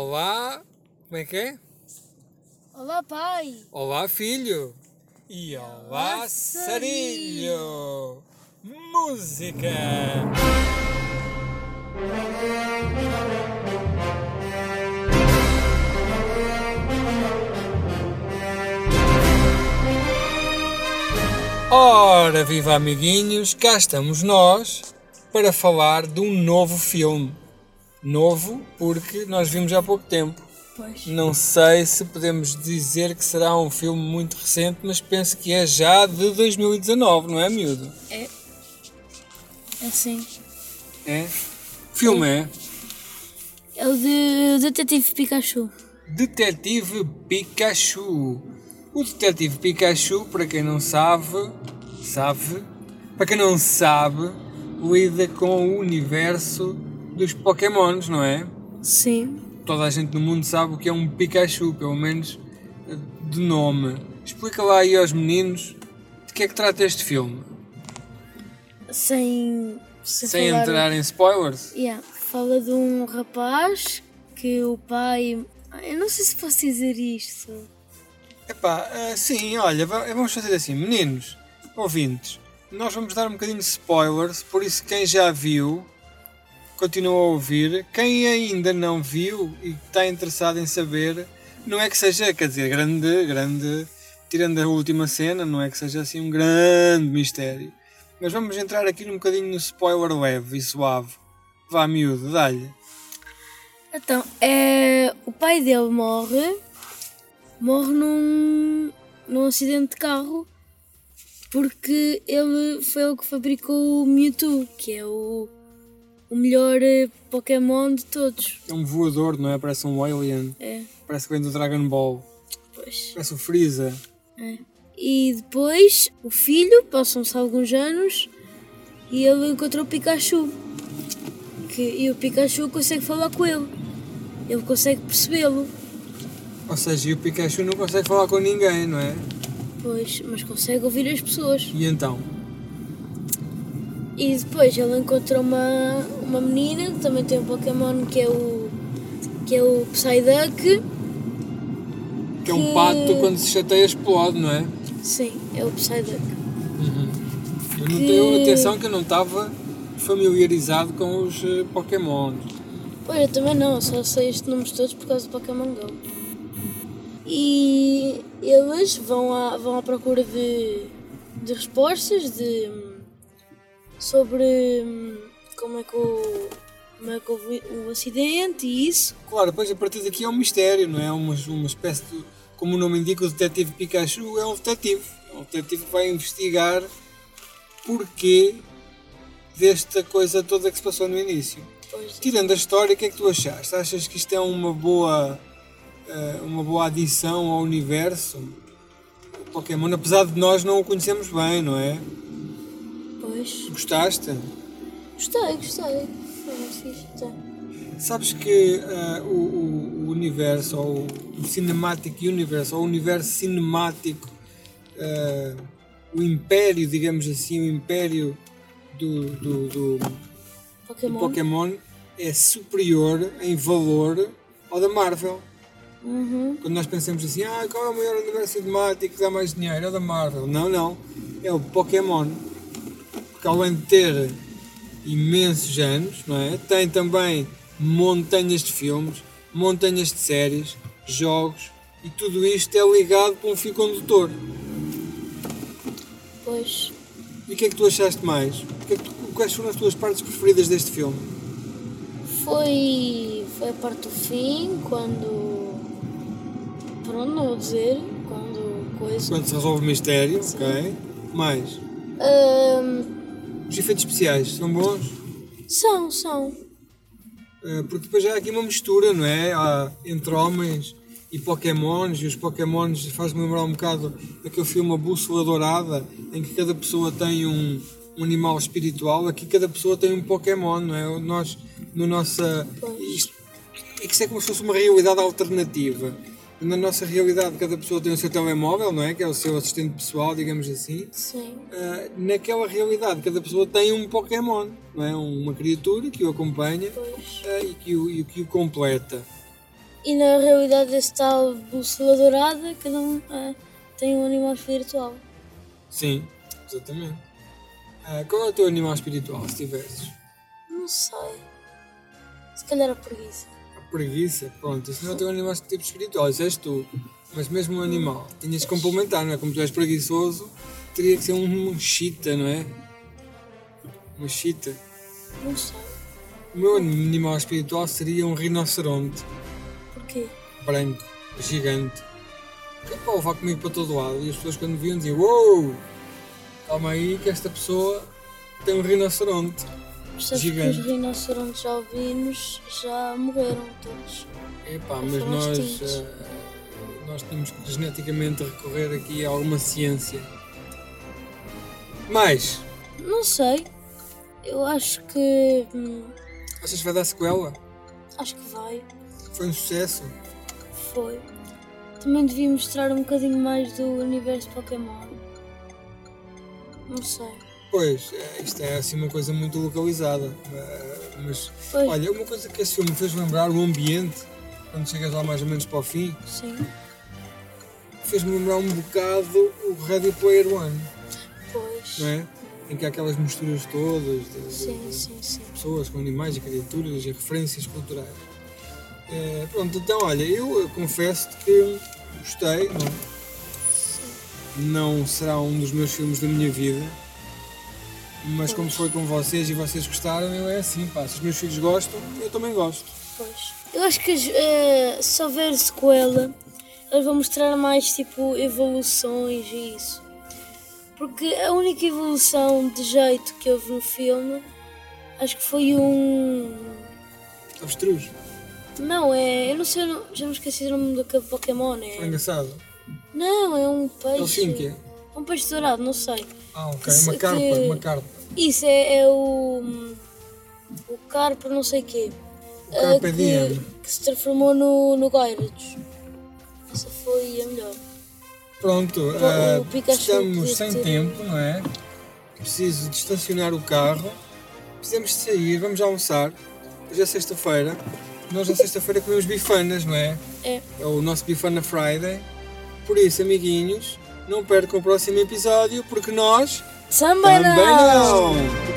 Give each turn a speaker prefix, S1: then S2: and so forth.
S1: Olá, como é que é?
S2: Olá, pai!
S1: Olá, filho! E olá,
S2: Olá,
S1: sarilho! Música! Ora, viva amiguinhos, cá estamos nós para falar de um novo filme. Novo porque nós vimos há pouco tempo.
S2: Pois.
S1: Não sei se podemos dizer que será um filme muito recente, mas penso que é já de 2019, não é, miúdo?
S2: É. Assim.
S1: É. Filme é
S2: É o de Detetive Pikachu.
S1: Detetive Pikachu. O Detetive Pikachu, para quem não sabe, sabe, para quem não sabe, lida com o universo dos Pokémons, não é?
S2: Sim.
S1: Toda a gente no mundo sabe o que é um Pikachu, pelo menos eh, de nome. Explica lá aí aos meninos de que é que trata este filme.
S2: Sem.
S1: Sem
S2: falar-
S1: entrar em spoilers?
S2: Yeah. Fala de um rapaz que o pai. Ah, Eu não sei se posso dizer isto.
S1: Epá, ah, sim, olha, va- vamos fazer assim. Meninos, ouvintes, nós vamos dar um bocadinho de spoilers, por isso quem já viu, continua a ouvir. Quem ainda não viu e está interessado em saber, não é que seja, quer dizer, grande, grande, tirando a última cena, não é que seja assim um grande mistério. Mas vamos entrar aqui um bocadinho no spoiler leve e suave. Vá, miúdo, dá-lhe.
S2: Então, é. O pai dele morre. Morre num. num acidente de carro. Porque ele foi o que fabricou o Mewtwo, que é o. o melhor eh, Pokémon de todos.
S1: É um voador, não é? Parece um alien.
S2: É.
S1: Parece que vem do Dragon Ball.
S2: Pois.
S1: Parece o Freeza.
S2: E depois o filho, passam-se alguns anos, e ele encontrou o Pikachu. Que, e o Pikachu consegue falar com ele. Ele consegue percebê-lo.
S1: Ou seja, e o Pikachu não consegue falar com ninguém, não é?
S2: Pois, mas consegue ouvir as pessoas.
S1: E então?
S2: E depois ele encontra uma, uma menina que também tem um Pokémon que é o. que é o Psyduck.
S1: Que é um
S2: Que-
S1: pato quando se chateia explode, não é?
S2: Sim, é o Psyduck.
S1: Eu não
S2: Que-
S1: tenho atenção que eu não estava familiarizado com os eh, Pokémon.
S2: Pois eu também não, só sei estes nomes todos por causa do Pokémon GO. E eles vão à, vão à procura de, de respostas de, sobre hum, como é que, o, como é que houve o acidente e isso.
S1: Claro, depois a partir daqui é um mistério, não é? Uma, uma espécie de. Como o nome indica, o detetive Pikachu é um detetive. É um detetive que vai investigar porquê desta coisa toda que se passou no início.
S2: Pois,
S1: Tirando a história, o que é que tu achaste? Achas que isto é uma boa, eh, uma boa adição ao universo? O Pokémon, apesar de nós não o conhecemos bem, não é?
S2: pois.
S1: Gostaste?
S2: Gostei, gostei. Foi muito fixe, gostei.
S1: Sabes que eh, o, o- o universo, ou o Cinematic Universe, ou o universo cinemático, eh, o império, digamos assim, o império do- do- do,
S2: Pokémon.
S1: do Pokémon é superior em valor ao da Marvel.
S2: Uhum.
S1: Quando nós pensamos assim, ah, qual é o maior universo cinemático que dá mais dinheiro? É o da Marvel. Não, não. É o Pokémon. Porque além de ter imensos anos, não é? Tem também montanhas de filmes, montanhas de séries, jogos e tudo isto é ligado por um fio condutor.
S2: Pois.
S1: E o que é que tu achaste mais? O que é que tu- quais foram as tuas partes preferidas deste filme?
S2: Foi, foi a parte do fim, quando. Pronto, não vou dizer. Quando coisa.
S1: Quando se resolve o mistério, ok? Mais.
S2: Ahm,
S1: Os efeitos especiais são bons?
S2: são, são.
S1: Eh, Porque depois já há aqui uma mistura, não é? Há entre homens e pokémons, e os pokémons faz-me lembrar um bocado aquele filme A Bússola Dourada, em que cada pessoa tem um, um animal espiritual, aqui cada pessoa tem um pokémon, não é? Nós, no nossa...
S2: Pois.
S1: Isto, é que isso é como se fosse uma realidade alternativa. Na nossa realidade cada pessoa tem o seu telemóvel, não é? Que é o seu assistente pessoal, digamos assim.
S2: Sim.
S1: Uh, naquela realidade, cada pessoa tem um Pokémon, não é? uma criatura que o acompanha
S2: Pois.
S1: uh, e, que o, e que o completa.
S2: E na realidade desse tal bússola dourada, cada um ah, tem um animal espiritual.
S1: Sim, exatamente. Ah, qual é o teu animal espiritual, se tivesses?
S2: Não sei. Se calhar a preguiça.
S1: A preguiça, pronto, isso não é o teu animal tipo espiritual, isso és tu. Mas mesmo um animal, tinhas de complementar, não é? Como tu és preguiçoso, teria que ser um, um chita, não é? Uma chita.
S2: Não sei.
S1: O meu animal espiritual seria um rinoceronte
S2: Porquê?
S1: branco, gigante. é Que pá, levar comigo para todo lado. E as pessoas quando viam diziam, uou, calma aí que esta pessoa tem um rinoceronte.
S2: Percebes
S1: Gigante.
S2: que os rinocerontes albinos já morreram todos.
S1: Epá,
S2: Ou
S1: mas
S2: foram
S1: nós,
S2: extintos.
S1: eh, nós temos que geneticamente recorrer aqui a alguma ciência. Mas,
S2: Não sei. Eu acho que. hum,
S1: achas que vai dar sequela?
S2: acho que vai.
S1: Foi um sucesso?
S2: Foi. Também devia mostrar um bocadinho mais do universo Pokémon. Não sei.
S1: Pois, eh, isto é assim uma coisa muito localizada. eh, Mas,
S2: Pois,
S1: olha, uma coisa que esse filme fez lembrar o ambiente, quando chegas lá mais ou menos para o fim,
S2: sim.
S1: fez-me lembrar um bocado o Ready Player One,
S2: Pois.
S1: não é? Em que há aquelas misturas todas de- de-
S2: Sim, sim, sim.
S1: pessoas, com animais e criaturas e referências culturais. Eh, pronto, então olha, eu eh, confesso que gostei, não, não será um dos meus filmes da minha vida, mas como foi com vocês e vocês gostaram, eu é assim, pá, se os meus filhos gostam, eu também gosto.
S2: Pois. Eu acho que eh, se houver sequela, eles vão mostrar mais tipo evoluções e isso. Porque a única evolução de jeito que houve no filme, acho que foi um.
S1: Abstrus,
S2: Não, é. Eu não sei, eu não- já me esqueci o nome daquele Pokémon.
S1: foi
S2: É...
S1: engraçado.
S2: Não, é um peixe.
S1: Helsinki.
S2: Um peixe dourado, não sei.
S1: Ah, ok,
S2: Que se-
S1: uma carpa,
S2: que-
S1: uma carpa.
S2: Isso é, é o. O Carpo, não sei quê.
S1: O é Carpe
S2: Ah,
S1: Diem.
S2: que, que se transformou no, no Gyarados. Essa foi a melhor.
S1: Pronto,
S2: o
S1: ah,
S2: Pikachu
S1: estamos
S2: podia
S1: sem
S2: ter-
S1: tempo, não é? Preciso de estacionar o carro, precisamos de sair, vamos almoçar. Hoje é sexta-feira. Nós na sexta-feira comemos bifanas, não é?
S2: É.
S1: É o nosso Bifana Friday. Por isso, amiguinhos, não percam o próximo episódio, porque nós
S2: Também não!
S1: também não.